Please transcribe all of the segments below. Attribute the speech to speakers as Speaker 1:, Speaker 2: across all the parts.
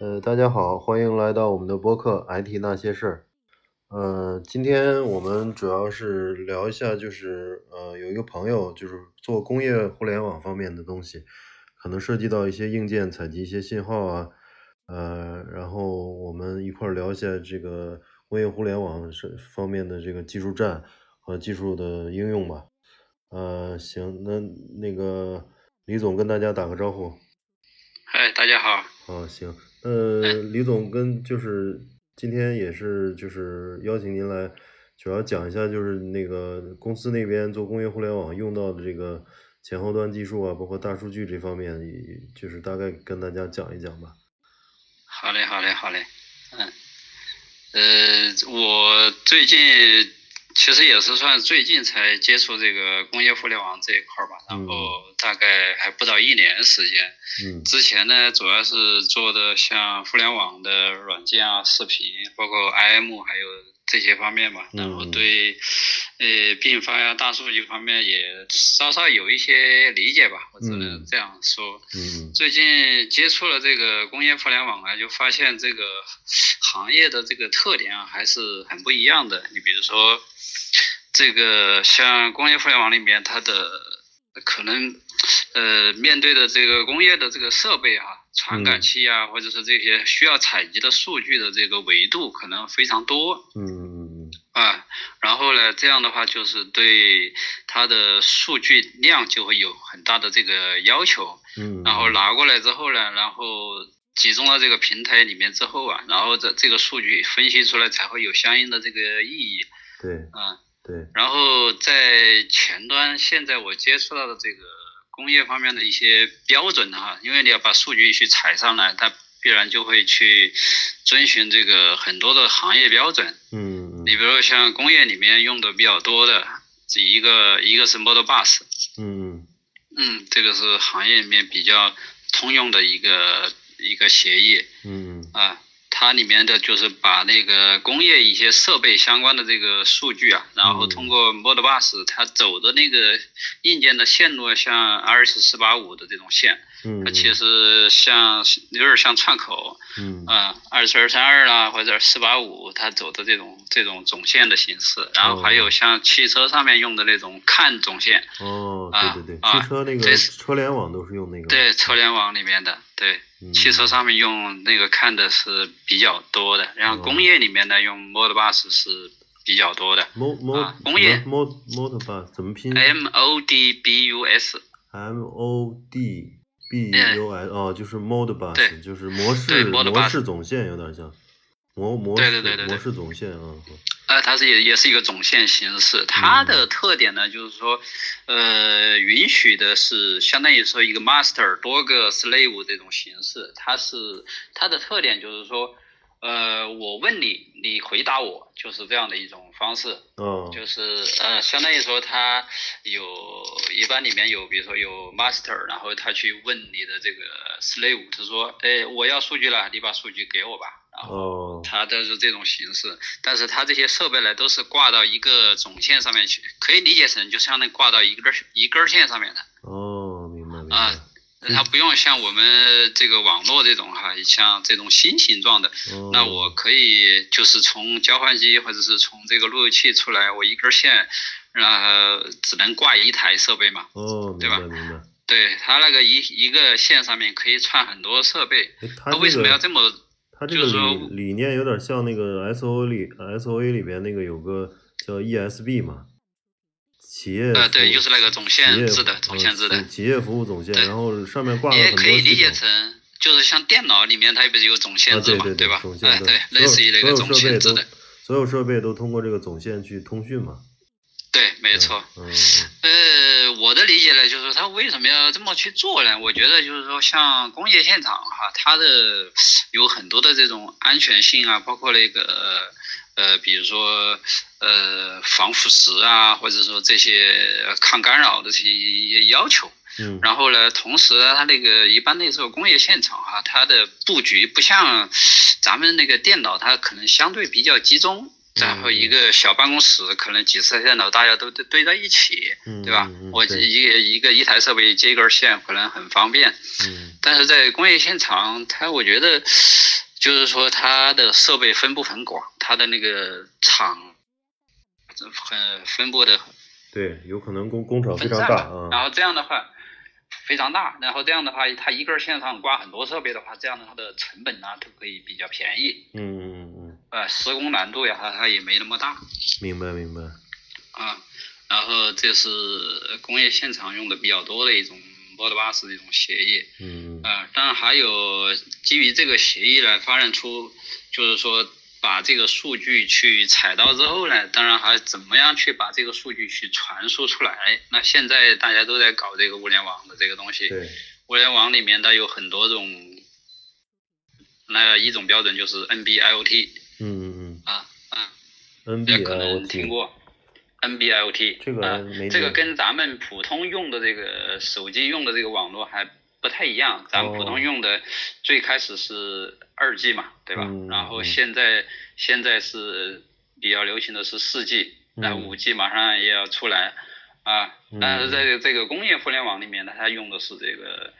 Speaker 1: 呃大家好，欢迎来到我们的播客《IT 那些事儿》。呃，今天我们主要是聊一下，就是呃，有一个朋友就是做工业互联网方面的东西，可能涉及到一些硬件采集一些信号啊，呃，然后我们一块儿聊一下这个工业互联网是方面的这个技术站和技术的应用吧。呃，行，那那个李总跟大家打个招呼。
Speaker 2: 嗨，哎大家好。
Speaker 1: 啊，行，呃，李总跟就是今天也是就是邀请您来，主要讲一下就是那个公司那边做工业互联网用到的这个前后端技术啊，包括大数据这方面，也就是大概跟大家讲一讲吧。
Speaker 2: 好嘞，好嘞，好嘞。嗯，呃，我最近其实也是算最近才接触这个工业互联网这一块儿吧，然后大概还不到一年时间。
Speaker 1: 嗯
Speaker 2: 之前呢，主要是做的像互联网的软件啊、视频，包括 IM 还有这些方面吧。
Speaker 1: 嗯
Speaker 2: 然后对，呃，并发呀、大数据方面也稍稍有一些理解吧，我只能
Speaker 1: 嗯
Speaker 2: 这样说。
Speaker 1: 嗯
Speaker 2: 最近接触了这个工业互联网啊，就发现这个行业的这个特点啊，还是很不一样的。你比如说，这个像工业互联网里面，它的可能呃面对的这个工业的这个设备啊，传感器啊，或者是这些需要采集的数据的这个维度可能非常多。
Speaker 1: 嗯嗯
Speaker 2: 啊，然后呢，这样的话就是对它的数据量就会有很大的这个要求。
Speaker 1: 嗯，
Speaker 2: 然后拿过来之后呢，然后集中到这个平台里面之后啊，然后这这个数据分析出来才会有相应的这个意义
Speaker 1: 对
Speaker 2: 啊。
Speaker 1: 对，
Speaker 2: 然后在前端，现在我接触到的这个工业方面的一些标准啊，因为你要把数据去采上来，它必然就会去遵循这个很多的行业标准。
Speaker 1: 嗯嗯
Speaker 2: 你比如像工业里面用的比较多的，这一个一个是 Model Bus，
Speaker 1: 嗯
Speaker 2: 嗯，这个是行业里面比较通用的一个一个协议
Speaker 1: 嗯
Speaker 2: 啊。它里面的就是把那个工业一些设备相关的这个数据啊，然后通过 Model Bus 它走的那个硬件的线路，像 RS 四八五的这种线，
Speaker 1: 嗯，
Speaker 2: 它其实像有点像串口
Speaker 1: 嗯
Speaker 2: 啊，二四二三二啦，或者四八五，它走的这种这种总线的形式。然后还有像汽车上面用的那种看总线，
Speaker 1: 哦，
Speaker 2: 啊
Speaker 1: 对对对，
Speaker 2: 啊
Speaker 1: 汽车那个
Speaker 2: 这是
Speaker 1: 车联网都是用那个，
Speaker 2: 对，车联网里面的，对。
Speaker 1: 嗯
Speaker 2: 汽车上面用那个看的是比较多的，然后
Speaker 1: 哦
Speaker 2: 工业里面呢用 Model Bus 是比较多的
Speaker 1: mo mo
Speaker 2: 啊工业
Speaker 1: mo mo 吧，怎么拼
Speaker 2: ，M O D B U S，
Speaker 1: M O D B
Speaker 2: 嗯
Speaker 1: U S 哦，就是 Modbus，
Speaker 2: 对
Speaker 1: 就是模式
Speaker 2: 对
Speaker 1: 模
Speaker 2: Modbus
Speaker 1: 式总线有点像，模模
Speaker 2: 对
Speaker 1: 式
Speaker 2: 对对对对
Speaker 1: 模式总线啊，
Speaker 2: 呃，它是也也是一个总线形式，它的特点呢就是说，呃，允许的是相当于说一个 master 多个 slave 这种形式，它是它的特点就是说，呃，我问你，你回答我，就是这样的一种方式，
Speaker 1: 哦，
Speaker 2: 就是呃，相当于说他有一般里面有，比如说有 master，然后他去问你的这个 slave，他说，哎，我要数据了，你把数据给我吧。然后
Speaker 1: 哦，
Speaker 2: 他都是这种形式，但是他这些设备呢，都是挂到一个总线上面去，可以理解成就相当于挂到一根一根线上面的。
Speaker 1: 哦，明白明
Speaker 2: 啊
Speaker 1: 白，
Speaker 2: 它不用像我们这个网络这种哈，像这种新形状的，
Speaker 1: 哦，
Speaker 2: 那我可以就是从交换机或者是从这个路由器出来，我一根线，呃，只能挂一台设备嘛。
Speaker 1: 哦，明
Speaker 2: 对
Speaker 1: 白
Speaker 2: 吧
Speaker 1: 明白，
Speaker 2: 对，它那个一一个线上面可以串很多设备，
Speaker 1: 哎，它
Speaker 2: 那为什
Speaker 1: 这
Speaker 2: 么
Speaker 1: 个
Speaker 2: 要这么？
Speaker 1: 它这
Speaker 2: 就
Speaker 1: 个
Speaker 2: 是说
Speaker 1: 理理念有点像那个 S O 里 S O A 里边那个有个叫 E S B 嘛，企业
Speaker 2: 呃对
Speaker 1: 服务
Speaker 2: 就是那个总
Speaker 1: 企业
Speaker 2: 线制的
Speaker 1: 服
Speaker 2: 总
Speaker 1: 呃
Speaker 2: 线制的
Speaker 1: 企业服务总线，
Speaker 2: 对
Speaker 1: 然后上面挂了
Speaker 2: 你也
Speaker 1: 很多
Speaker 2: 可以理
Speaker 1: 系
Speaker 2: 解
Speaker 1: 统。
Speaker 2: 成就是像电脑里面它不是有总
Speaker 1: 啊，
Speaker 2: 线制
Speaker 1: 对
Speaker 2: 嘛，
Speaker 1: 对
Speaker 2: 吧
Speaker 1: 总？线
Speaker 2: 哎，
Speaker 1: 的
Speaker 2: 对，
Speaker 1: 所
Speaker 2: 类
Speaker 1: 有
Speaker 2: 似于那个
Speaker 1: 所
Speaker 2: 总
Speaker 1: 有设备
Speaker 2: 线
Speaker 1: 都
Speaker 2: 制的，
Speaker 1: 所有设备都通过这个总线去通讯嘛？
Speaker 2: 对，没
Speaker 1: 没
Speaker 2: 错。，
Speaker 1: 嗯
Speaker 2: 呃，我的理解呢，就是他为什么要这么去做呢？我觉得就是说，像工业现场哈，它的有很多的这种安全性啊，包括那个呃，比如说呃防腐蚀啊，或者说这些呃抗干扰的这些要求。
Speaker 1: 嗯
Speaker 2: 然后呢，同时呢，它那个一般那时候工业现场哈，它的布局不像咱们那个电脑，它可能相对比较集中。然后一个小办公室，可能几十台电脑，大家都堆堆在一起，
Speaker 1: 嗯，
Speaker 2: 对吧
Speaker 1: 嗯？
Speaker 2: 我
Speaker 1: 对
Speaker 2: 一个一个一台设备接一根线，可能很方便。
Speaker 1: 嗯
Speaker 2: 但是在工业现场，它我觉得就是说它的设备分布很广，它的那个厂很分布的
Speaker 1: 对，有可能工工厂非
Speaker 2: 分
Speaker 1: 常
Speaker 2: 散
Speaker 1: 大
Speaker 2: 吧。
Speaker 1: 啊。
Speaker 2: 然后这样的话非常大，然后这样的话，它一根线上挂很多设备的话，这样的它的成本呢都可以比较便宜，
Speaker 1: 嗯嗯嗯嗯，
Speaker 2: 呃，施工难度呀，它它也没那么大
Speaker 1: 明白明白。
Speaker 2: 啊。然后这是工业现场用的比较多的一种 Model 八十的一种协议。
Speaker 1: 嗯嗯
Speaker 2: 啊，当然还有基于这个协议呢，发展出就是说把这个数据去采到之后呢，当然还怎么样去把这个数据去传输出来。那现在大家都在搞这个物联网的这个东西，
Speaker 1: 对，
Speaker 2: 物联网里面它有很多种，那一种标准就是 NB-IoT
Speaker 1: 嗯嗯
Speaker 2: 啊啊，
Speaker 1: 嗯
Speaker 2: 大
Speaker 1: ，NB
Speaker 2: 家可能
Speaker 1: IoT
Speaker 2: 听过 NB-IoT，
Speaker 1: 这个
Speaker 2: 啊
Speaker 1: 没
Speaker 2: 这个
Speaker 1: 听
Speaker 2: 跟咱们普通用的这个手机用的这个网络还不太一样，咱们普
Speaker 1: 哦
Speaker 2: 通用的最开始是二 G 嘛，对吧？
Speaker 1: 嗯
Speaker 2: 然后
Speaker 1: 嗯
Speaker 2: 现在现在是比较流行的是四 G，那
Speaker 1: 嗯
Speaker 2: 五 G 马上也要出来啊。但是
Speaker 1: 嗯
Speaker 2: 在这个工业互联网里面呢，它用的是这个，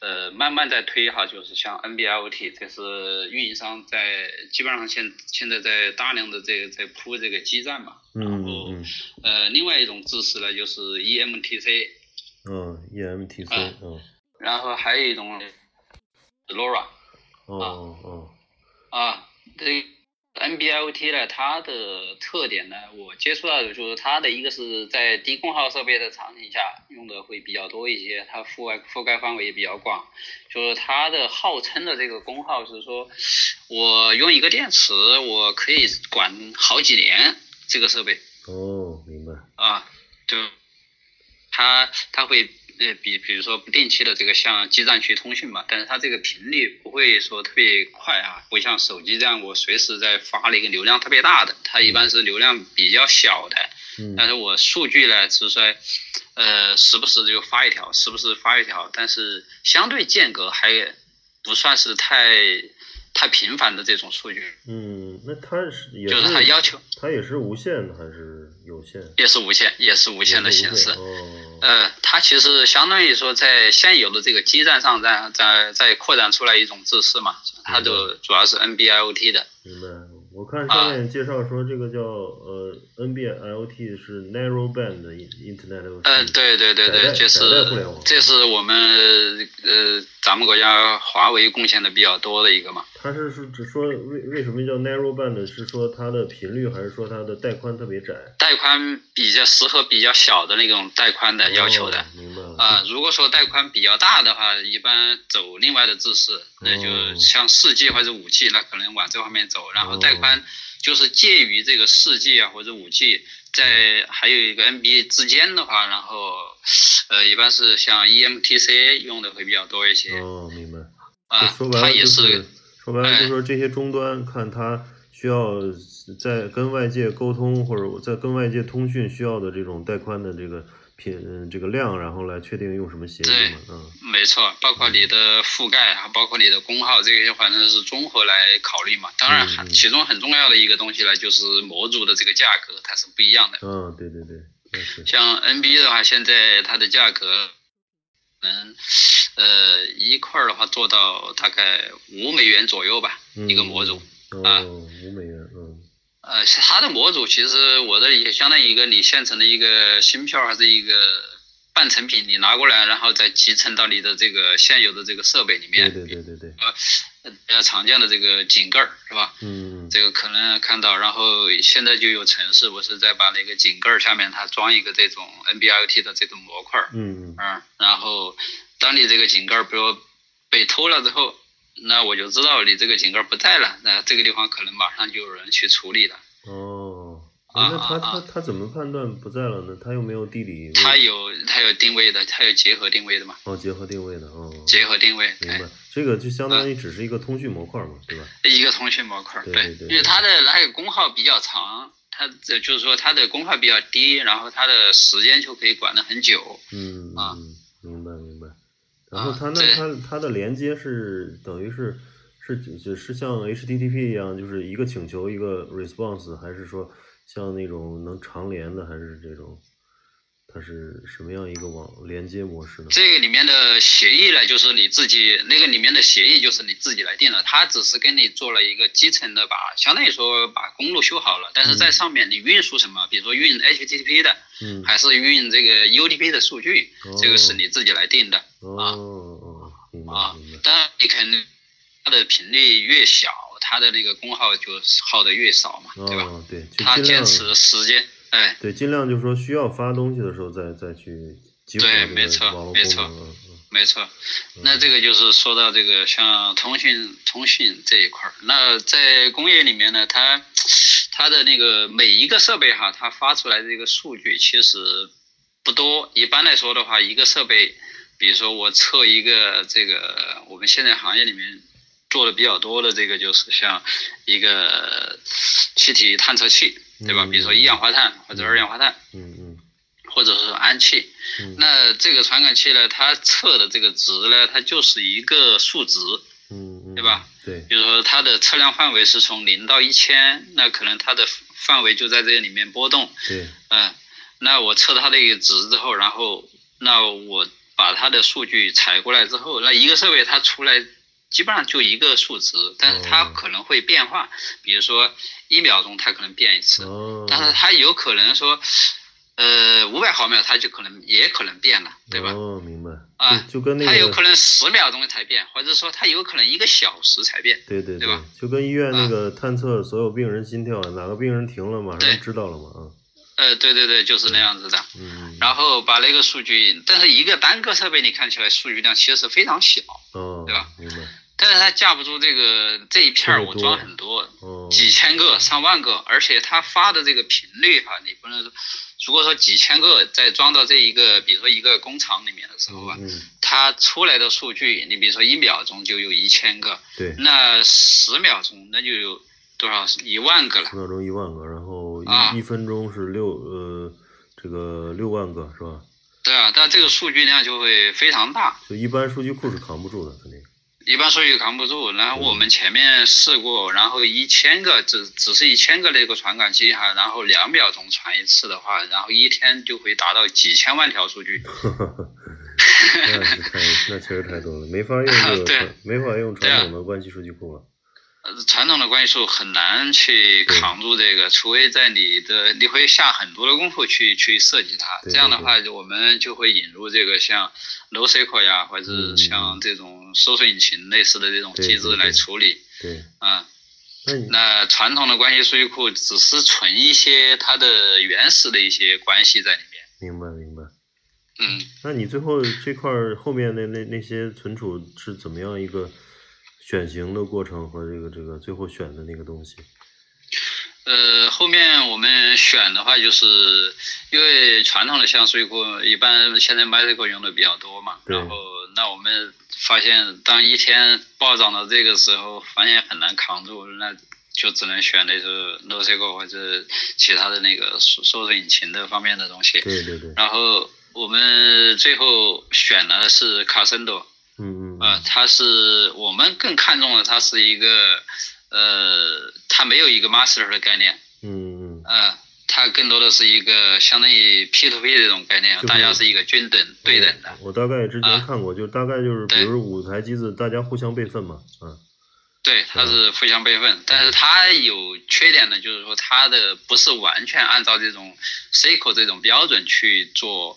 Speaker 2: 呃，慢慢在推哈，就是像 NB-IoT，这是运营商在基本上现现在在大量的这个在铺这个基站嘛，
Speaker 1: 嗯
Speaker 2: 然后
Speaker 1: 嗯
Speaker 2: 呃，另外一种支持呢，就是 E EMTC，
Speaker 1: 嗯嗯，EMTC
Speaker 2: 啊
Speaker 1: 嗯
Speaker 2: 然后还有一种 LoRa
Speaker 1: 哦哦
Speaker 2: 啊，这 NB-IoT 呢，它的特点呢，我接触到的就是它的一个是在低功耗设备的场景下用的会比较多一些，它覆盖覆盖范围也比较广，就是它的号称的这个功耗是说，我用一个电池，我可以管好几年这个设备。
Speaker 1: 哦，明白。
Speaker 2: 啊，就它它会呃比比如说不定期的这个像基站去通讯嘛，但是它这个频率不会说特别快啊，不像手机这样我随时在发了一个流量特别大的，它一般是流量比较小的，
Speaker 1: 嗯
Speaker 2: 但是我数据呢是在呃时不时就发一条，时不时发一条，但是相对间隔还不算是太太频繁的这种数据，
Speaker 1: 嗯，那它是也
Speaker 2: 就是它要求
Speaker 1: 它也是无线的还是有线？
Speaker 2: 也是无限，也是无
Speaker 1: 无
Speaker 2: 限的形式。
Speaker 1: 哦，
Speaker 2: 呃，它其实相当于说在现有的这个基站上再再再扩展出来一种自适嘛，它的主要是 NB-IoT 的，
Speaker 1: 明白。我看
Speaker 2: 啊
Speaker 1: 上面介绍说这个叫呃 NB IoT 是 Narrow Band Internet of
Speaker 2: 呃，
Speaker 1: Things
Speaker 2: 对对对
Speaker 1: 改
Speaker 2: 对，
Speaker 1: 代
Speaker 2: 就是
Speaker 1: 改代互联网
Speaker 2: 这是我们呃咱们国家华为贡献的比较多的一个嘛，
Speaker 1: 它是是只说为为什么叫 narrow band？是说它的频率，还是说它的带宽特别窄？
Speaker 2: 带宽比较适合比较小的那种带宽的要求的
Speaker 1: 哦。明白了
Speaker 2: 啊、如果说带宽比较大的话，一般走另外的制式，那
Speaker 1: 哦
Speaker 2: 就像四 G 或者五 G，那可能往这方面走。然后带
Speaker 1: 哦
Speaker 2: 宽就是介于这个四 G 啊或者五 G，在还有一个 NB 之间的话，然后呃，一般是像 EMTC 用的会比较多一些
Speaker 1: 哦，明白。
Speaker 2: 啊、
Speaker 1: 说白
Speaker 2: 它
Speaker 1: 了
Speaker 2: 也哎
Speaker 1: 就是说白了就是说这些终端看它需要在跟外界沟通，或者我在跟外界通讯需要的这种带宽的这个频嗯这个量，然后来确定用什么协议嘛？嗯，
Speaker 2: 没错，包括你的覆盖，还包括你的功耗，这些反正是综合来考虑嘛。当然
Speaker 1: 嗯，嗯
Speaker 2: 其中很重要的一个东西呢，就是模组的这个价格它是不一样的。
Speaker 1: 嗯，对对对，那是。
Speaker 2: 像 NB 的话，现在它的价格，嗯，呃，一块儿的话做到大概五美元左右吧，
Speaker 1: 嗯
Speaker 2: 一个模组。。啊
Speaker 1: 哦，五美元，嗯，
Speaker 2: 呃，它的模组其实我这里也相当于一个你现成的一个芯片儿还是一个半成品，你拿过来，然后再集成到你的这个现有的这个设备里
Speaker 1: 对
Speaker 2: 面。
Speaker 1: 对对对对，
Speaker 2: 呃。比较常见的这个井盖儿是吧？
Speaker 1: 嗯，
Speaker 2: 这个可能看到，然后现在就有城市，我是在把那个井盖儿下面它装一个这种 NB-IoT 的这种模块儿。
Speaker 1: 嗯嗯
Speaker 2: 嗯，然后当你这个井盖儿比如被偷了之后，那我就知道你这个井盖儿不在了，那这个地方可能马上就有人去处理了。
Speaker 1: 哦，
Speaker 2: 啊
Speaker 1: 那他
Speaker 2: 啊
Speaker 1: 他
Speaker 2: 啊
Speaker 1: 他怎么判断不在了呢？他又没有地理位置，
Speaker 2: 它有它有定位的，它有结合定位的嘛？
Speaker 1: 哦，结合定位的哦，
Speaker 2: 结合定位，
Speaker 1: 明
Speaker 2: 对
Speaker 1: 白，，这个就相当于只是一个通讯模块嘛，
Speaker 2: 哎
Speaker 1: 对吧？
Speaker 2: 一个通讯模块儿，
Speaker 1: 对对对
Speaker 2: 因为它的那个功耗比较长，它这就是说它的功耗比较低，然后它的时间就可以管得很久。
Speaker 1: 嗯
Speaker 2: 啊
Speaker 1: 嗯，明白明白。然后
Speaker 2: 啊
Speaker 1: 它那
Speaker 2: 对
Speaker 1: 它它的连接是等于是是就是像 HTTP 一样，就是一个请求一个 response，还是说像那种能长连的，还是这种？它是什么样一个网连接模式呢？
Speaker 2: 这个里面的协议呢，就是你自己那个里面的协议就是你自己来定的，它只是跟你做了一个基层的把，相当于说把公路修好了，但是在上面你运输什么，比如说运 HTTP 的，
Speaker 1: 嗯，
Speaker 2: 还是运这个 UDP 的数据，这个是你自己来定的。
Speaker 1: 哦哦，明白
Speaker 2: 啊
Speaker 1: 明白，
Speaker 2: 当然你肯定它的频率越小，它的那个功耗就耗的越少嘛，对吧？
Speaker 1: 哦对，就
Speaker 2: 它
Speaker 1: 尽
Speaker 2: 坚
Speaker 1: 量
Speaker 2: 持时间，哎，
Speaker 1: 对，尽量就是说需要发东西的时候再再去激活
Speaker 2: 对
Speaker 1: 这
Speaker 2: 没
Speaker 1: 个
Speaker 2: 错
Speaker 1: 网络
Speaker 2: 没
Speaker 1: 功
Speaker 2: 错
Speaker 1: 能啊。嗯
Speaker 2: 没错。
Speaker 1: 嗯
Speaker 2: 那这个就是说到这个像通讯通讯这一块儿，那在工业里面呢，它它的那个每一个设备哈，它发出来的这个数据其实不多。一般来说的话，一个设备，比如说我测一个这个我们现在行业里面做的比较多的这个，就是像一个气体探测器，对吧？
Speaker 1: 嗯
Speaker 2: 比如说一氧化碳或者二氧化碳，
Speaker 1: 嗯嗯
Speaker 2: 或者是氨气。
Speaker 1: 嗯，
Speaker 2: 那这个传感器呢，它测的这个值呢，它就是一个数值，
Speaker 1: 嗯嗯，
Speaker 2: 对吧？
Speaker 1: 对，
Speaker 2: 比如说它的测量范围是从零到一千，那可能它的范围就在这个里面波动，
Speaker 1: 对，
Speaker 2: 嗯，那我测它的一个值之后，然后那我把它的数据采过来之后，那一个设备它出来基本上就一个数值，但是它
Speaker 1: 哦
Speaker 2: 可能会变化，比如说一秒钟它可能变一次，
Speaker 1: 哦，
Speaker 2: 但是它有可能说，呃，五百毫秒它就可能也可能变了，对吧？
Speaker 1: 哦，明白。
Speaker 2: 啊
Speaker 1: 就就跟那个，
Speaker 2: 它有可能十秒钟才变，或者说它有可能一个小时才变。
Speaker 1: 对对
Speaker 2: 对吧
Speaker 1: 就跟医院那
Speaker 2: 啊
Speaker 1: 个探测所有病人心跳，哪个病人停了，马
Speaker 2: 对
Speaker 1: 上知道了嘛啊。
Speaker 2: 呃，对对对，就是那样子的。
Speaker 1: 嗯，
Speaker 2: 然后把那个数据，但是一个单个设备你看起来数据量其实是非常小，
Speaker 1: 哦，
Speaker 2: 对吧？
Speaker 1: 明白。
Speaker 2: 但是它架不住这个这一片
Speaker 1: 这
Speaker 2: 儿
Speaker 1: 么
Speaker 2: 我
Speaker 1: 多
Speaker 2: 装很多，
Speaker 1: 哦，
Speaker 2: 几千个、上万个，而且它发的这个频率哈、你不能说，如果说几千个再装到这一个，比如说一个工厂里面的时候啊，
Speaker 1: 嗯，
Speaker 2: 它出来的数据，你比如说一秒钟就有一千个，
Speaker 1: 对，
Speaker 2: 那十秒钟那就有多少一万个了
Speaker 1: 十。秒钟一万个，然后一、
Speaker 2: 啊
Speaker 1: 一分钟是六呃，这个六万个是吧？
Speaker 2: 对啊，但这个数据量就会非常大，
Speaker 1: 就一般数据库是扛不住的，肯定。
Speaker 2: 一般数据扛不住。然后我们前面试过，然后一千个只只是一千个那个传感器哈，然后两秒钟传一次的话，然后一天就会达到几千万条数据。
Speaker 1: 那是太，那确实太多了，没法用这个
Speaker 2: 啊对
Speaker 1: 传，没法用
Speaker 2: 对啊
Speaker 1: 传统的关系数据库了。
Speaker 2: 呃传统的关系数很难去扛住这个，除非在你的你会下很多的功夫去去设计它。
Speaker 1: 对
Speaker 2: 这样的话，我们就会引入这个像 NoSQL 呀，或者
Speaker 1: 嗯
Speaker 2: 是像这种搜索引擎类似的这种
Speaker 1: 对
Speaker 2: 机
Speaker 1: 对
Speaker 2: 制来
Speaker 1: 对
Speaker 2: 处理。
Speaker 1: 对，
Speaker 2: 啊，
Speaker 1: 那你
Speaker 2: 那传统的关系数据库只是存一些它的原始的一些关系在里面。
Speaker 1: 明白明白。
Speaker 2: 嗯，
Speaker 1: 那你最后这块儿后面那那那些存储是怎么样一个选型的过程和这个这个最后选的那个东西？
Speaker 2: 呃，后面我们选的话，就是因为传统的像数据库，一般现在 MySQL 用的比较多嘛。
Speaker 1: 对
Speaker 2: 然后，那我们发现，当一天暴涨到这个时候，发现很难扛住，那就只能选那个 NoSQL 或者其他的那个搜搜索引擎的方面的东西。
Speaker 1: 对对对，
Speaker 2: 然后我们最后选的是 Cassandra。
Speaker 1: 嗯嗯，
Speaker 2: 呃，它是我们更看重的，它是一个，呃，它没有一个 master 的概念，
Speaker 1: 嗯嗯
Speaker 2: 呃，它更多的是一个相当于 P to P 这种概念
Speaker 1: 就，是嗯
Speaker 2: 大家是一个均等对等的，
Speaker 1: 我。我大概之前
Speaker 2: 啊
Speaker 1: 看过，就大概就是比
Speaker 2: 对
Speaker 1: 如五台机子，大家互相备份嘛，啊，
Speaker 2: 对，它是互相备份，但是它有缺点呢，就是说它的不是完全按照这种 SQL 这种标准去做。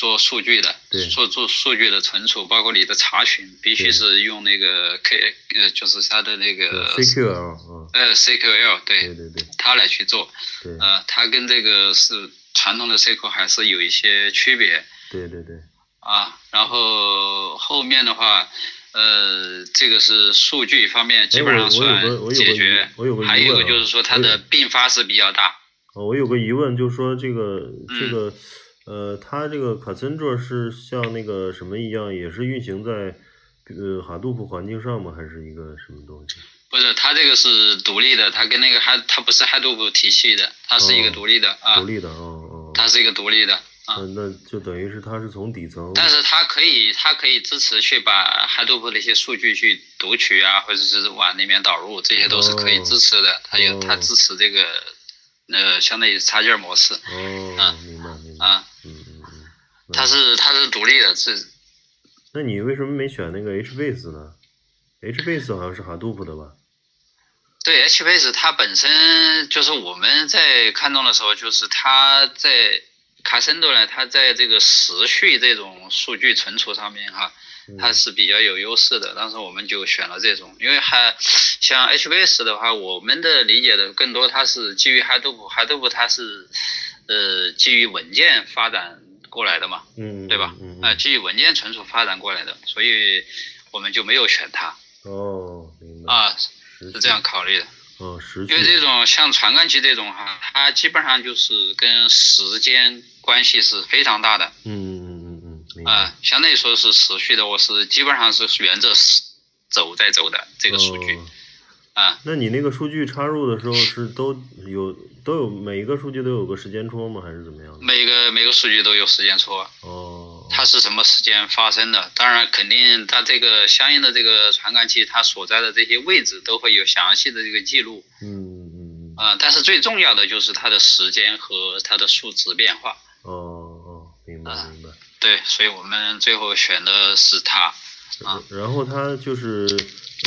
Speaker 2: 做数据的
Speaker 1: 对，
Speaker 2: 做做数据的存储，包括你的查询，必须
Speaker 1: 对
Speaker 2: 是用那个 K，呃，就是它的
Speaker 1: 对
Speaker 2: 那个
Speaker 1: ，CQL 啊，
Speaker 2: 呃 CQL，
Speaker 1: 对对对
Speaker 2: 它来去做。
Speaker 1: 对
Speaker 2: 呃，它跟这个是传统的 SQL 还是有一些区别
Speaker 1: 对对对，
Speaker 2: 啊。然后后面的话，呃，这个是数据方面基本上算
Speaker 1: 哎我我有个我有个
Speaker 2: 解决
Speaker 1: 疑我有个疑问啊，
Speaker 2: 还有一个就是说它
Speaker 1: 我有
Speaker 2: 的并发是比较大。
Speaker 1: 哦，我有个疑问，就是说这个这
Speaker 2: 嗯
Speaker 1: 个，呃，它这个 Cassandra 是像那个什么一样，也是运行在呃哈杜甫环境上吗？还是一个什么东西？
Speaker 2: 不是，它这个是独立的，它跟那个还它不是 Hadoop 体系的，它是一个
Speaker 1: 哦
Speaker 2: 独立的、
Speaker 1: 独
Speaker 2: 啊，
Speaker 1: 立的哦哦。
Speaker 2: 它是一个独立的。
Speaker 1: 那那就等于是它是从底层，
Speaker 2: 但是它可以，它可以支持去把 Hadoop 的一些数据去读取啊，或者是往里面导入，这些都是可以支持
Speaker 1: 哦
Speaker 2: 的。它有它支持这个，呃，相当于插件模式
Speaker 1: 哦
Speaker 2: 啊，
Speaker 1: 明白明白，嗯
Speaker 2: 啊。
Speaker 1: 嗯嗯，
Speaker 2: 它是它是独立的，是
Speaker 1: 那你为什么没选那个 HBase 呢？HBase 好像是 Hadoop 的吧？
Speaker 2: 对 HBase 它本身就是我们在看中的时候，就是它在 Cassandra 呢，它在这个时序这种数据存储上面哈，它是比较有优势的。当时我们就选了这种，因为还像 HBase 的话，我们的理解的更多它是基于 Hadoop，Hadoop 它是呃基于文件发展过来的嘛，
Speaker 1: 嗯，
Speaker 2: 对吧
Speaker 1: 嗯？
Speaker 2: 啊、基于文件存储发展过来的，所以我们就没有选它
Speaker 1: 嗯哦，明白。
Speaker 2: 啊，
Speaker 1: 是
Speaker 2: 是这样。考虑的。
Speaker 1: 嗯，时序
Speaker 2: 因为这种像传感器这种哈，它基本上就是跟时间关系是非常大的
Speaker 1: 嗯嗯嗯嗯嗯，明白。
Speaker 2: 啊、呃相对说是持续的，我是基本上是沿着时走在走的这个数据
Speaker 1: 哦
Speaker 2: 啊、
Speaker 1: 那你那个数据插入的时候是都有都有每一个数据都有个时间戳吗？还是怎么样的？
Speaker 2: 每个每个数据都有时间戳，
Speaker 1: 哦，
Speaker 2: 它是什么时间发生的？当然，肯定它这个相应的这个传感器，它所在的这些位置都会有详细的这个记录
Speaker 1: 嗯嗯嗯，
Speaker 2: 啊、呃但是最重要的就是它的时间和它的数值变化。
Speaker 1: 哦哦，明白
Speaker 2: 啊
Speaker 1: 明白。
Speaker 2: 对，所以我们最后选的是它。啊
Speaker 1: 呃然后它就是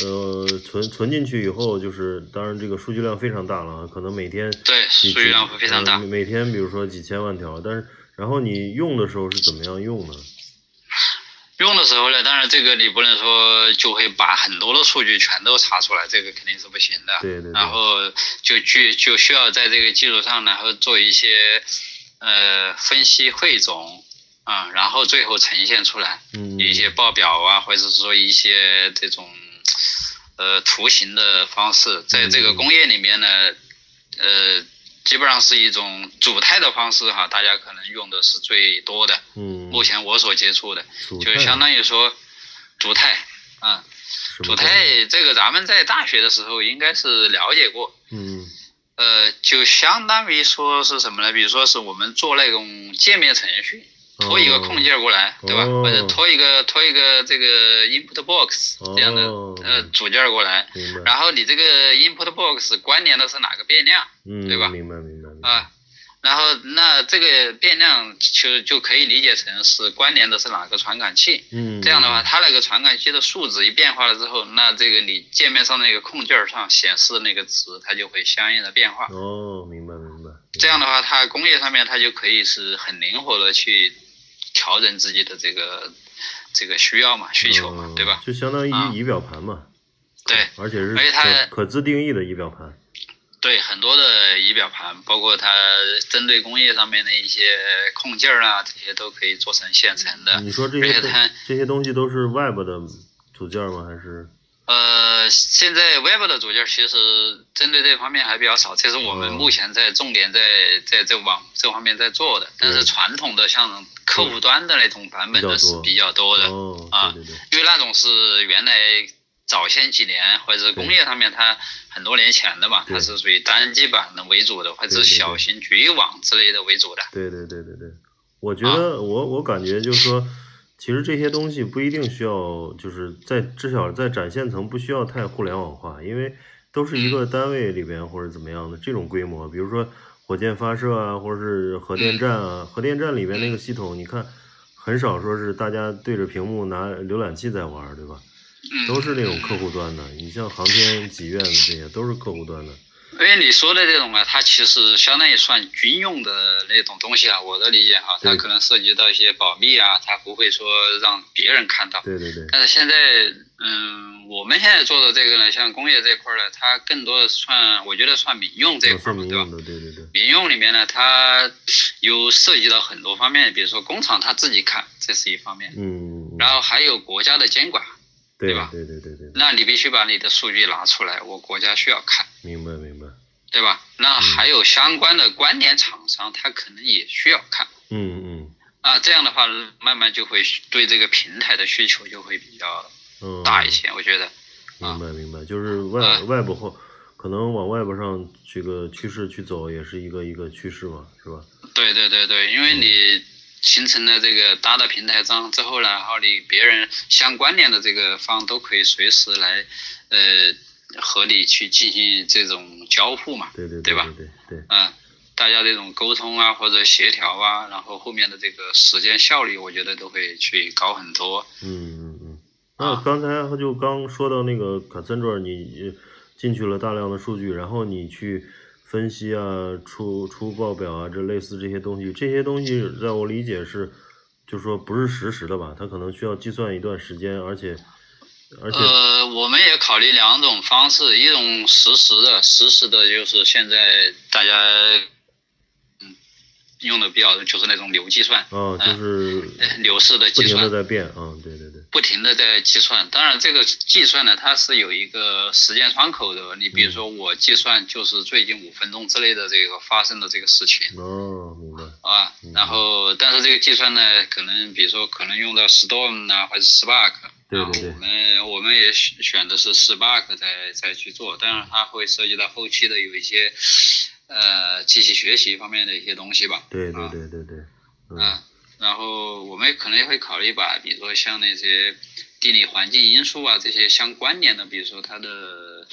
Speaker 1: 呃存存进去以后，就是当然这个数据量非常大了啊，可能每天
Speaker 2: 对，
Speaker 1: 几
Speaker 2: 数据量会非常大
Speaker 1: 呃。每天比如说几千万条，但是然后你用的时候是怎么样用呢？
Speaker 2: 用的时候呢，当然这个你不能说就会把很多的数据全都查出来，这个肯定是不行的。
Speaker 1: 对对对
Speaker 2: 啊然后就去就需要在这个基础上，然后做一些呃分析汇总啊、然后最后呈现出来
Speaker 1: 嗯，
Speaker 2: 一些报表啊，或者是说一些这种呃图形的方式，在这个
Speaker 1: 嗯
Speaker 2: 工业里面呢，呃。基本上是一种组态的方式哈，大家可能用的是最多的。
Speaker 1: 嗯，
Speaker 2: 目前我所接触的，
Speaker 1: 主
Speaker 2: 就是相当于说主态，啊，主态这个咱们在大学的时候应该是了解过，
Speaker 1: 嗯
Speaker 2: 呃，就相当于说是什么呢？比如说是我们做那种界面程序，拖一个控件过来，对吧？
Speaker 1: 哦
Speaker 2: 或者拖一个拖一个这个 input box 这样的、
Speaker 1: 哦
Speaker 2: 呃组件过来，
Speaker 1: 明白，
Speaker 2: 然后你这个 input box 关联的是哪个变量
Speaker 1: 嗯
Speaker 2: 对吧
Speaker 1: 明白明白明白
Speaker 2: 啊？然后，那这个变量就就可以理解成是关联的是哪个传感器，
Speaker 1: 嗯，
Speaker 2: 这样的话，它那个传感器的数值一变化了之后，那这个你界面上那个控件儿上显示的那个值，它就会相应的变化。
Speaker 1: 哦，明白明白，
Speaker 2: 这样的话，它工业上面它就可以是很灵活的去调整自己的这个这个需要嘛、需求嘛
Speaker 1: 嗯，
Speaker 2: 对吧？
Speaker 1: 就相当于
Speaker 2: 啊
Speaker 1: 仪表盘嘛，
Speaker 2: 对
Speaker 1: 而且是
Speaker 2: 而且它
Speaker 1: 可可自定义的仪表盘，
Speaker 2: 对，很多的仪表盘，包括它针对工业上面的一些控件儿啊，这些都可以做成现成的。
Speaker 1: 你说这
Speaker 2: 而
Speaker 1: 些
Speaker 2: 且
Speaker 1: 东
Speaker 2: 它
Speaker 1: 这些东西都是 Web 的组件吗？还是
Speaker 2: 呃，现在 Web 的组件其实针对这方面还比较少，这是我们
Speaker 1: 嗯
Speaker 2: 目前在重点在在这往这方面在做的。但是传统的像客户端的那种版本的是比较多的，
Speaker 1: 哦，
Speaker 2: 啊
Speaker 1: 对对对，
Speaker 2: 因为那种是原来早先几年或者是工业上面它很多年前的嘛，
Speaker 1: 对
Speaker 2: 它是属于单机版的为主的，或者是小型局域网之类的为主的。
Speaker 1: 对对对对对，我
Speaker 2: 啊
Speaker 1: 觉得、我我感觉就是说，其实这些东西不一定需要，就是在至少在展现层不需要太互联网化，因为都是一
Speaker 2: 嗯
Speaker 1: 个单位里边或者怎么样的这种规模，比如说火箭发射啊，或者是核
Speaker 2: 嗯
Speaker 1: 电站啊，核电站里边那个系统，你看很少说是大家对着屏幕拿浏览器在玩儿，对吧？
Speaker 2: 嗯，
Speaker 1: 都是那种客户端的，你像航天几院的这些都是客户端的，
Speaker 2: 因为你说的这种啊，它其实相当于算军用的那种东西啊，我的理解哈、它
Speaker 1: 对
Speaker 2: 可能涉及到一些保密啊，它不会说让别人看到。
Speaker 1: 对对对，
Speaker 2: 但是现在，嗯，我们现在做的这个呢，像工业这块儿呢，它更多的算，我觉得算民用这一
Speaker 1: 都
Speaker 2: 块
Speaker 1: 是
Speaker 2: 儿嘛，
Speaker 1: 民
Speaker 2: 对吧
Speaker 1: 用？的，对对对，
Speaker 2: 民用里面呢，它有涉及到很多方面，比如说工厂它自己看，这是一方面，
Speaker 1: 嗯，嗯嗯
Speaker 2: 然后还有国家的监管，
Speaker 1: 对
Speaker 2: 对吧
Speaker 1: 对对对对，
Speaker 2: 那你必须把你的数据拿出来，我国家需要看。
Speaker 1: 明白明白，
Speaker 2: 对吧？那还有相关的关联厂商，他可能也需要看
Speaker 1: 嗯嗯
Speaker 2: 啊。这样的话，慢慢就会对这个平台的需求就会比较
Speaker 1: 嗯，
Speaker 2: 大一些，我觉得。
Speaker 1: 明
Speaker 2: 啊
Speaker 1: 白明白，就是外、
Speaker 2: 啊
Speaker 1: 外部后，可能往外部上这个趋势去走，也是一个一个趋势嘛，是吧？
Speaker 2: 对对对对，因为你形成了这个搭的平台商之后呢，然后你别人相关联的这个方都可以随时来，呃，和你去进行这种交互嘛，
Speaker 1: 对对
Speaker 2: 对吧
Speaker 1: 对对对，
Speaker 2: 嗯。大家这种沟通啊或者协调啊，然后后面的这个实践效率，我觉得都会去高很多。
Speaker 1: 嗯嗯嗯。那
Speaker 2: 啊
Speaker 1: 刚才就刚说到那个 Cassandra，你进去了大量的数据，然后你去分析啊、出出报表啊，这类似这些东西，这些东西在我理解是，就是说不是实时的吧？它可能需要计算一段时间，而且而且
Speaker 2: 呃，我们也考虑两种方式，一种实时的，实时的就是现在大家嗯用的比较就是那种流计算，
Speaker 1: 啊，就是
Speaker 2: 呃流式的
Speaker 1: 不
Speaker 2: 计
Speaker 1: 停的
Speaker 2: 算，
Speaker 1: 在变啊，对对对，
Speaker 2: 不停的在计算。当然，这个计算呢，它是有一个时间窗口的。你
Speaker 1: 嗯
Speaker 2: 比如说，我计算就是最近五分钟之内的这个发生的这个事情
Speaker 1: 哦，明白，
Speaker 2: 啊
Speaker 1: 嗯，
Speaker 2: 然后但是这个计算呢，可能比如说可能用到 Storm 呐、啊或者 Spark，
Speaker 1: 对
Speaker 2: 然后
Speaker 1: 对对
Speaker 2: 我们我们也选选的是 Spark 再再去做，当然它会涉及到后期的有一些呃机器学习方面的一些东西吧。
Speaker 1: 对对
Speaker 2: 啊
Speaker 1: 对对对，嗯
Speaker 2: 啊，然后我们可能也会考虑把，比如说像那些地理环境因素啊这些相关联的，比如说它的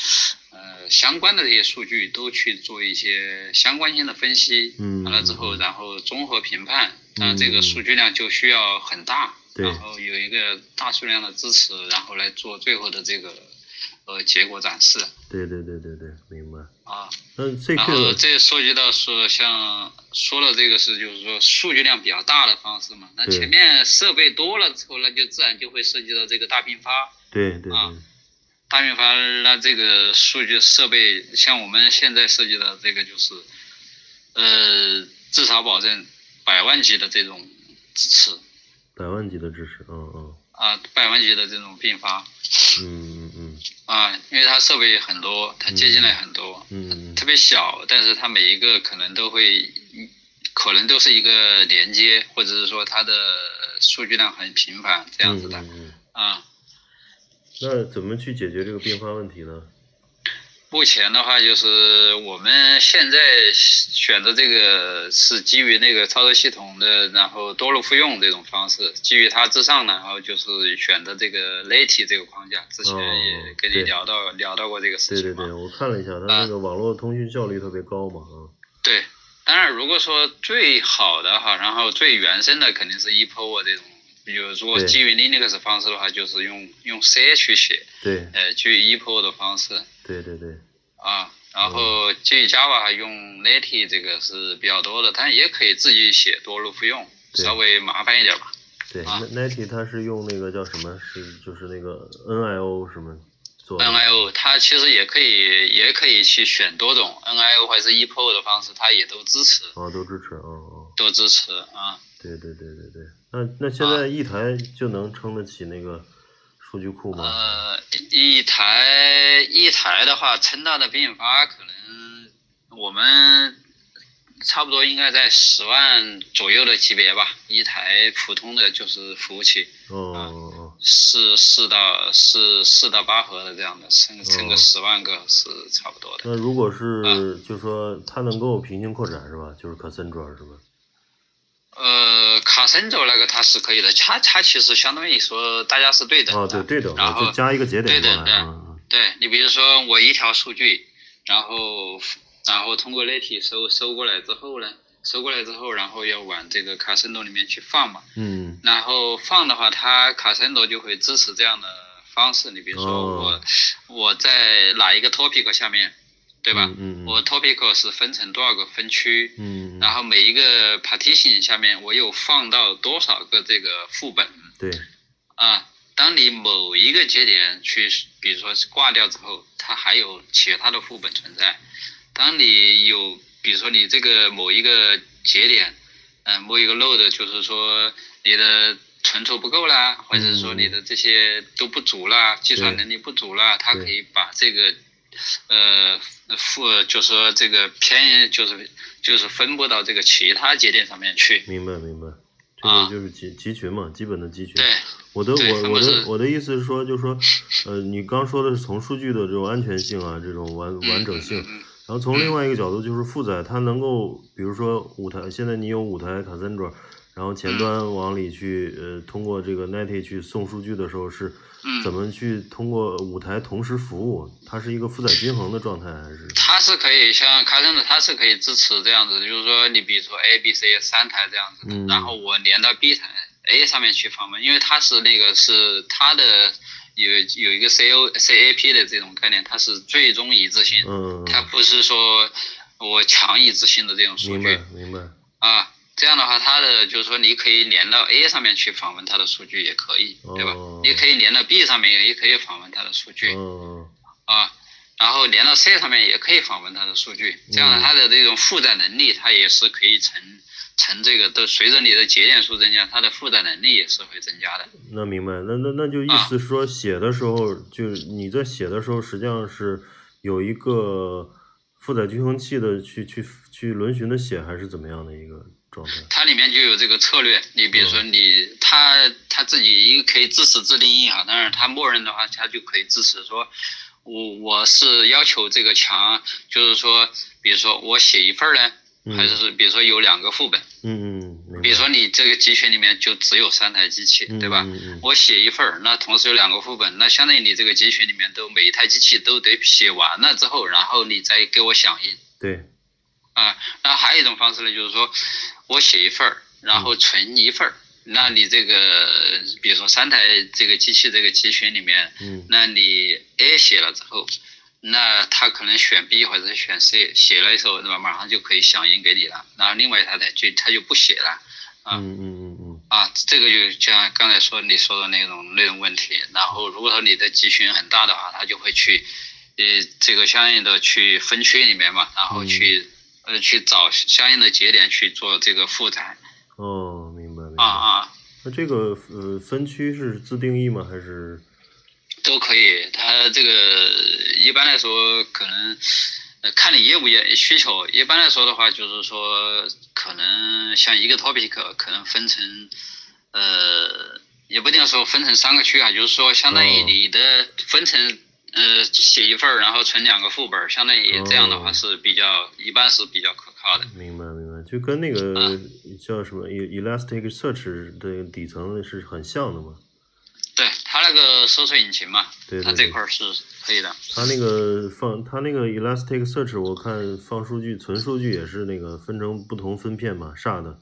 Speaker 2: 呃相关的这些数据都去做一些相关性的分析，
Speaker 1: 嗯
Speaker 2: 完了之
Speaker 1: 嗯
Speaker 2: 后然后综合评判，那
Speaker 1: 嗯
Speaker 2: 这个数据量就需要很大，
Speaker 1: 对
Speaker 2: 然后有一个大数量的支持，然后来做最后的这个呃结果展示
Speaker 1: 对对对对对，明白。
Speaker 2: 啊。
Speaker 1: 那这
Speaker 2: 然后
Speaker 1: 个
Speaker 2: 这涉及到说，像说了这个是就是说数据量比较大的方式嘛。那
Speaker 1: 对
Speaker 2: 前面设备多了之后，那就自然就会涉及到这个大并发。
Speaker 1: 对对对
Speaker 2: 啊大并发，那这个数据设备，像我们现在设计的这个就是，呃，至少保证百万级的这种支持
Speaker 1: 百万级的知识，嗯嗯
Speaker 2: 啊，百万级的这种并发
Speaker 1: 嗯嗯嗯
Speaker 2: 啊，因为它设备很多，它接进来很多。
Speaker 1: 嗯嗯
Speaker 2: 特别小，但是它每一个可能都会，可能都是一个连接，或者是说它的数据量很频繁这样子的
Speaker 1: 嗯嗯嗯
Speaker 2: 啊。
Speaker 1: 那怎么去解决这个并发问题呢？
Speaker 2: 目前的话，就是我们现在选的这个是基于那个操作系统的，然后多路复用这种方式，基于它之上呢，然后就是选的这个 Lati 这个框架，之前
Speaker 1: 哦
Speaker 2: 也跟你
Speaker 1: 对
Speaker 2: 聊到聊到过这个事
Speaker 1: 对
Speaker 2: 情
Speaker 1: 对
Speaker 2: 嘛。
Speaker 1: 对，我看了一下，它
Speaker 2: 啊
Speaker 1: 那个网络通讯效率特别高嘛，啊，
Speaker 2: 对，当然如果说最好的哈，然后最原生的肯定是 E epoa 啊这种，比如如果
Speaker 1: 对
Speaker 2: 基于 Linux 方式的话，就是用用 C 去写，
Speaker 1: 对
Speaker 2: 呃，基于 epoa 的方式
Speaker 1: 对对对，
Speaker 2: 啊。然后基于 Java 还用 Lati 这个是比较多的，但也可以自己写多路复用，
Speaker 1: 对
Speaker 2: 稍微麻烦一点吧。
Speaker 1: 对
Speaker 2: 啊
Speaker 1: ，N- Nike 它是用那个叫什么？是就是那个 NIO 什么做的？
Speaker 2: NIO 它其实也可以，也可以去选多种 NIO 或者是 epoa 的方式，它也都支持，
Speaker 1: 啊，都支持，哦哦，
Speaker 2: 都支持啊。
Speaker 1: 对对对对对。那那现在一台就能撑得起那个数据库吗？
Speaker 2: 呃，一台一台的话，撑大的并发可能我们差不多应该在十万左右的级别吧。一台普通的就是服务器，
Speaker 1: 哦哦哦，
Speaker 2: 四四到四四到八核的这样的，撑撑个
Speaker 1: 哦
Speaker 2: 十万个是差不多的。
Speaker 1: 那如果是就说它能够平行扩展是吧？就是 Cassandra 是吧？
Speaker 2: 呃，卡森轴那个它是可以的，它它其实相当于说大家是对等的，
Speaker 1: 啊，对对等
Speaker 2: 然
Speaker 1: 的，
Speaker 2: 后
Speaker 1: 就加一个节点
Speaker 2: 对
Speaker 1: 过来
Speaker 2: 等的
Speaker 1: 啊。
Speaker 2: 对你比如说我一条数据，然后然后通过 Lati 收收过来之后呢，收过来之后，然后要往这个 Cassandra 里面去放嘛，
Speaker 1: 嗯
Speaker 2: 然后放的话，它 Cassandra 就会支持这样的方式。你比如说
Speaker 1: 哦
Speaker 2: 我、我在哪一个 topic 下面，对吧？
Speaker 1: 嗯嗯嗯
Speaker 2: 我 topic 是分成多少个分区？
Speaker 1: 嗯，
Speaker 2: 然后每一个 partition 下面，我有放到多少个这个副本？
Speaker 1: 对，
Speaker 2: 啊，当你某一个节点去，比如说是挂掉之后，它还有其他的副本存在。当你有，比如说你这个某一个节点，嗯、某一个 node，就是说你的存储不够啦，或者是说你
Speaker 1: 嗯
Speaker 2: 的这些都不足啦，计算能力不足啦，它可以把这个。呃，负就是说这个偏就是就是分布到这个其他节点上面去，
Speaker 1: 明白明白，这个
Speaker 2: 啊
Speaker 1: 就是集集群嘛，基本的集群。
Speaker 2: 对，
Speaker 1: 我的
Speaker 2: 对
Speaker 1: 我
Speaker 2: 他
Speaker 1: 我的
Speaker 2: 们是
Speaker 1: 我的意思是说，就是 说，呃，你刚说的是从数据的这种安全性啊，这种完完整性，
Speaker 2: 嗯嗯嗯
Speaker 1: 然后从另外一个角度就是负载，它能够，比如说五台，现在你有五台 Cassandra，然后
Speaker 2: 嗯
Speaker 1: 前端往里去，呃，通过这个 Netty 去送数据的时候是
Speaker 2: 嗯
Speaker 1: 怎么去通过舞台同时服务？它是一个负载均衡的状态还是？
Speaker 2: 它是可以像卡森的，它是可以支持这样子，就是说你比如说 A、B、C 三台这样子的，
Speaker 1: 嗯
Speaker 2: 然后我连到 B 台 A 上面去访问，因为它是那个是它的有有一个 C O C A P 的这种概念，它是最终一致性，
Speaker 1: 嗯，
Speaker 2: 它不是说我强一致性的这种数
Speaker 1: 明
Speaker 2: 据
Speaker 1: 白明白。
Speaker 2: 啊。这样的话，它的就是说，你可以连到 A 上面去访问它的数据，也可以，对吧？
Speaker 1: 哦
Speaker 2: 你可以连到 B 上面，也可以访问它的数据。
Speaker 1: 嗯
Speaker 2: 啊，然后连到 C 上面也可以访问它的数据，这样
Speaker 1: 嗯
Speaker 2: 呢，它的这种负载能力，它也是可以乘乘这个都随着你的节点数增加，它的负载能力也是会增加的。
Speaker 1: 那明白，那那那就
Speaker 2: 啊
Speaker 1: 意思说，写的时候、就是你在写的时候，实际上是有一个负载均衡器的去去去轮循的写，还是怎么样的一个状态？
Speaker 2: 它里面就有这个策略，你比如说
Speaker 1: 嗯
Speaker 2: 你它它自己一个可以支持自定义啊，但是它默认的话，它就可以支持说。我我是要求这个强，就是说，比如说我写一份儿呢，
Speaker 1: 嗯
Speaker 2: 还是是比如说有两个副本，
Speaker 1: 嗯嗯，明白
Speaker 2: 比如说你这个集群里面就只有三台机器，对吧？
Speaker 1: 嗯嗯嗯
Speaker 2: 我写一份儿，那同时有两个副本，那相当于你这个集群里面都每一台机器都得写完了之后，然后你再给我响应
Speaker 1: 对，
Speaker 2: 啊。那还有一种方式呢，就是说我写一份儿，然后存一份儿。那你这个，比如说三台这个机器这个集群里面，
Speaker 1: 嗯
Speaker 2: 那你 A 写了之后，那他可能选 B 或者是选 C，写了一首对吧？马上就可以响应给你了。然后另外一台台就他就不写了。啊
Speaker 1: 嗯嗯嗯嗯
Speaker 2: 啊，这个就像刚才说你说的那种那种问题，然后如果说你的集群很大的话，它就会去，呃，这个相应的去分区里面嘛，然后去、呃去找相应的节点去做这个负载
Speaker 1: 哦，明白明白。
Speaker 2: 啊啊，
Speaker 1: 那这个呃分区是自定义吗？还是
Speaker 2: 都可以。它这个一般来说可能。呃，看你业务也需求，一般来说的话，就是说，可能像一个 topic 可能分成，呃，也不一定说分成三个区啊，就是说，相当于
Speaker 1: 哦
Speaker 2: 你的分成，呃，写一份儿，然后存两个副本儿，相当于这样的
Speaker 1: 哦
Speaker 2: 话是比较，一般是比较可靠的。
Speaker 1: 明白明白，就跟那个
Speaker 2: 嗯
Speaker 1: 叫什么，E，Elastic Search 的底层是很像的嘛？
Speaker 2: 对，它那个搜索引擎嘛，
Speaker 1: 对
Speaker 2: 它
Speaker 1: 对
Speaker 2: 这
Speaker 1: 对
Speaker 2: 块儿是可以的。
Speaker 1: 它那个放它那个 Elastic Search，我看放数据存数据也是那个分成不同分片嘛，SHA 的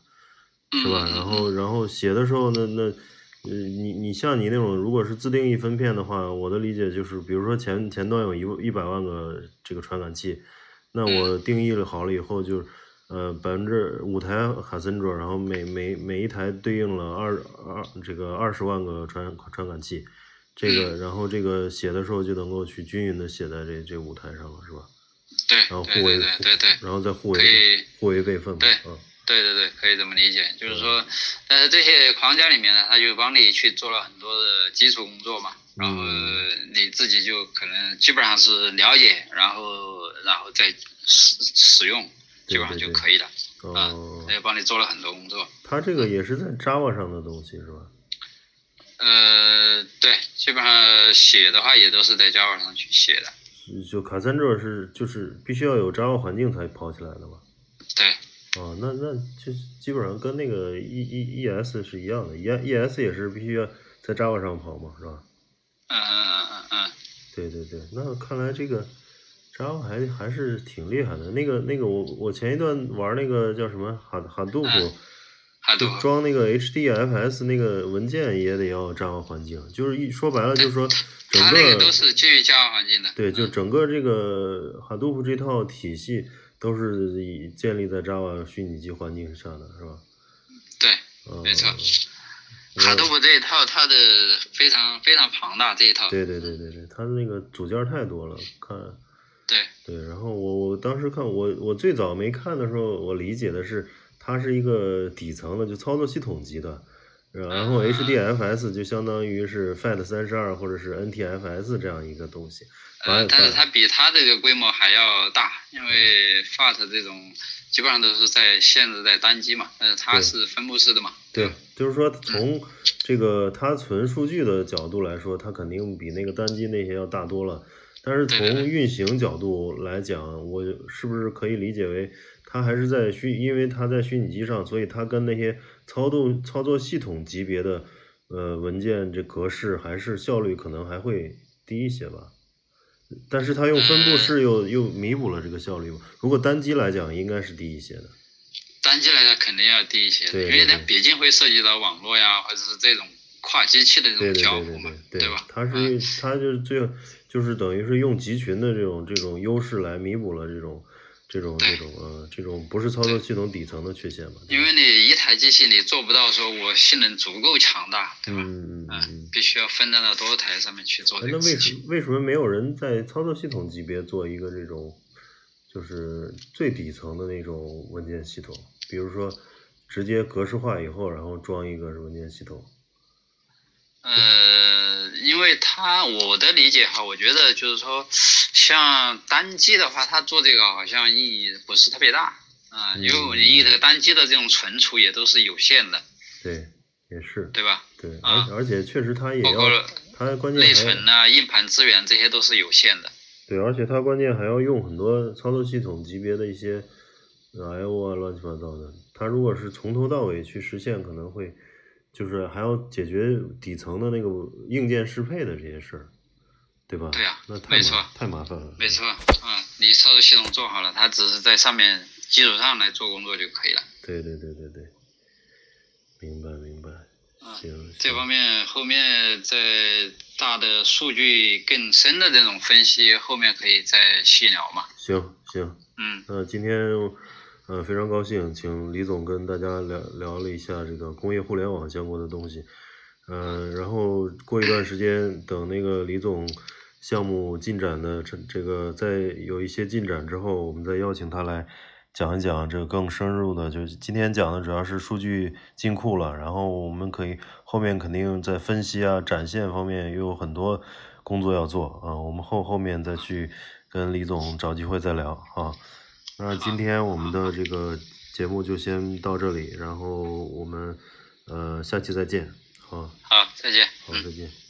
Speaker 1: 是吧？
Speaker 2: 嗯嗯
Speaker 1: 然后然后写的时候呢，那呃你你像你那种如果是自定义分片的话，我的理解就是，比如说前前端有一万一百万个这个传感器，那
Speaker 2: 嗯
Speaker 1: 我定义了好了以后就是。呃，百分之五台卡森卓，然后每每每一台对应了二二这个二十万个传传感器，这
Speaker 2: 嗯
Speaker 1: 个，然后这个写的时候就能够去均匀的写在这这舞台上了，是吧？
Speaker 2: 对，
Speaker 1: 然后
Speaker 2: 对
Speaker 1: 互
Speaker 2: 对
Speaker 1: 为
Speaker 2: 对对对。
Speaker 1: 然后再互
Speaker 2: 可
Speaker 1: 为
Speaker 2: 以，
Speaker 1: 互为备份嘛。
Speaker 2: 对
Speaker 1: 嗯
Speaker 2: 对对对，可以这么理解，就是说，但是这些框架里面呢，它就帮你去做了很多的基础工作嘛，然后
Speaker 1: 嗯
Speaker 2: 你自己就可能基本上是了解，然后然后再使使用，基
Speaker 1: 对
Speaker 2: 本上
Speaker 1: 对对
Speaker 2: 就可以了。啊
Speaker 1: 哦，
Speaker 2: 它就帮你做了很多工作，
Speaker 1: 它这个也是在 Java 上的东西是吧？
Speaker 2: 呃，对，基本上写的话也都是在 Java 上去写的，
Speaker 1: 就就卡森卓是就是必须要有 Java 环境才跑起来的嘛。
Speaker 2: 对，
Speaker 1: 哦，那那就基本上跟那个 E E E S 是一样的，E E S 也是必须要在 Java 上跑嘛，是吧？
Speaker 2: 嗯嗯嗯嗯
Speaker 1: 对对对，那看来这个 Java 还还是挺厉害的。那个那个我我前一段玩那个叫什么哈哈杜甫
Speaker 2: 嗯，还
Speaker 1: 就
Speaker 2: 都
Speaker 1: 装那个 HDFS 那个文件也得要 Java 环境，就是一说白了就是说整
Speaker 2: 它
Speaker 1: 个
Speaker 2: 那个都是基于 Java 环境的，
Speaker 1: 对，就
Speaker 2: 嗯
Speaker 1: 整个这个 Hadoop 这套体系都是以建立在 Java 虚拟机环境上的，是吧？
Speaker 2: 对。
Speaker 1: 嗯，
Speaker 2: 没错
Speaker 1: 然
Speaker 2: 卡
Speaker 1: 后
Speaker 2: 杜布这一套，它的非常非常庞大这一套，
Speaker 1: 对对对对对，它那个组件太多了，看。
Speaker 2: 对
Speaker 1: 对，然后我我当时看我我最早没看的时候，我理解的是它是一个底层的，就操作系统级的，然后
Speaker 2: 嗯
Speaker 1: HDFS 就相当于是 FAT 三十二或者是 NTFS 这样一个东西。
Speaker 2: 呃，
Speaker 1: 把
Speaker 2: 但是
Speaker 1: 把
Speaker 2: 它比它这个规模还要大，因为 FAT 这种基本上都是在限制在单机嘛，但是它
Speaker 1: 对
Speaker 2: 是分布式的嘛，
Speaker 1: 对
Speaker 2: 吧，
Speaker 1: 就是说从这个它存数据的角度来说，它肯定比那个单机那些要大多了。但是
Speaker 2: 对对
Speaker 1: 从
Speaker 2: 对
Speaker 1: 运行角度来讲，我是不是可以理解为它还是在虚，因为它在虚拟机上，所以它跟那些操作操作系统级别的呃文件这格式还是效率可能还会低一些吧。但是它用分布式
Speaker 2: 嗯
Speaker 1: 又又弥补了这个效率嘛。如果单机来讲，应该是低一些的。
Speaker 2: 单机来讲肯定要低一些的，
Speaker 1: 对
Speaker 2: 因
Speaker 1: 对
Speaker 2: 为它
Speaker 1: 对
Speaker 2: 毕竟会涉及到网络呀，或者是这种跨机器的这
Speaker 1: 对
Speaker 2: 种
Speaker 1: 对
Speaker 2: 交
Speaker 1: 对
Speaker 2: 互
Speaker 1: 对
Speaker 2: 嘛，
Speaker 1: 对
Speaker 2: 吧？
Speaker 1: 它
Speaker 2: 嗯
Speaker 1: 是它就是最就是等于是用集群的这种这种优势来弥补了这种这种这
Speaker 2: 对
Speaker 1: 种呃这种不是操作系统底层的缺陷吧？对
Speaker 2: 因
Speaker 1: 吧
Speaker 2: 为你一台机器你做不到说我性能足够强大，对吧？
Speaker 1: 嗯嗯嗯嗯。
Speaker 2: 必须要分担到多台上面去做
Speaker 1: 哎
Speaker 2: 这
Speaker 1: 那
Speaker 2: 个
Speaker 1: 为
Speaker 2: 事
Speaker 1: 什
Speaker 2: 情。
Speaker 1: 为什么没有人在操作系统级别做一个这种，就是最底层的那种文件系统？比如说，直接格式化以后，然后装一个文件系统。
Speaker 2: 呃，因为它我的理解哈，我觉得就是说，像单机的话，它做这个好像意义不是特别大啊、
Speaker 1: 嗯
Speaker 2: 因为我你这个单机的这种存储也都是有限的，
Speaker 1: 对，也是
Speaker 2: 对吧？
Speaker 1: 对，而、
Speaker 2: 啊
Speaker 1: 而且确实它也
Speaker 2: 包括
Speaker 1: 要，它关键
Speaker 2: 内
Speaker 1: 还
Speaker 2: 存呐、啊硬盘资源这些都是有限的。
Speaker 1: 对，而且它关键还要用很多操作系统级别的一些 I/O 啊，乱七八糟的。它如果是从头到尾去实现，可能会就是还要解决底层的那个硬件适配的这些事儿，对吧？
Speaker 2: 对啊
Speaker 1: 那太
Speaker 2: 没
Speaker 1: 麻
Speaker 2: 错
Speaker 1: 太麻烦了。
Speaker 2: 没错，嗯，你操作系统做好了，它只是在上面基础上来做工作就可以了。
Speaker 1: 对对对对对，明白明白。行，行
Speaker 2: 嗯这方面后面在大的数据更深的这种分析，后面可以再细聊嘛。
Speaker 1: 行行，
Speaker 2: 嗯，
Speaker 1: 那今天，呃，非常高兴，请李总跟大家聊聊了一下这个工业互联网相关的东西，呃，然后过一段时间，等那个李总项目进展的这这个在有一些进展之后，我们再邀请他来讲一讲这个更深入的，就是今天讲的主要是数据进库了，然后我们可以后面肯定在分析啊、展现方面又有很多工作要做啊，我们后后面再去跟李总找机会再聊啊。那今天我们的这个节目就先到这里，然后我们呃下期再见，好，
Speaker 2: 好，再见。
Speaker 1: 好，
Speaker 2: 嗯。
Speaker 1: 再见。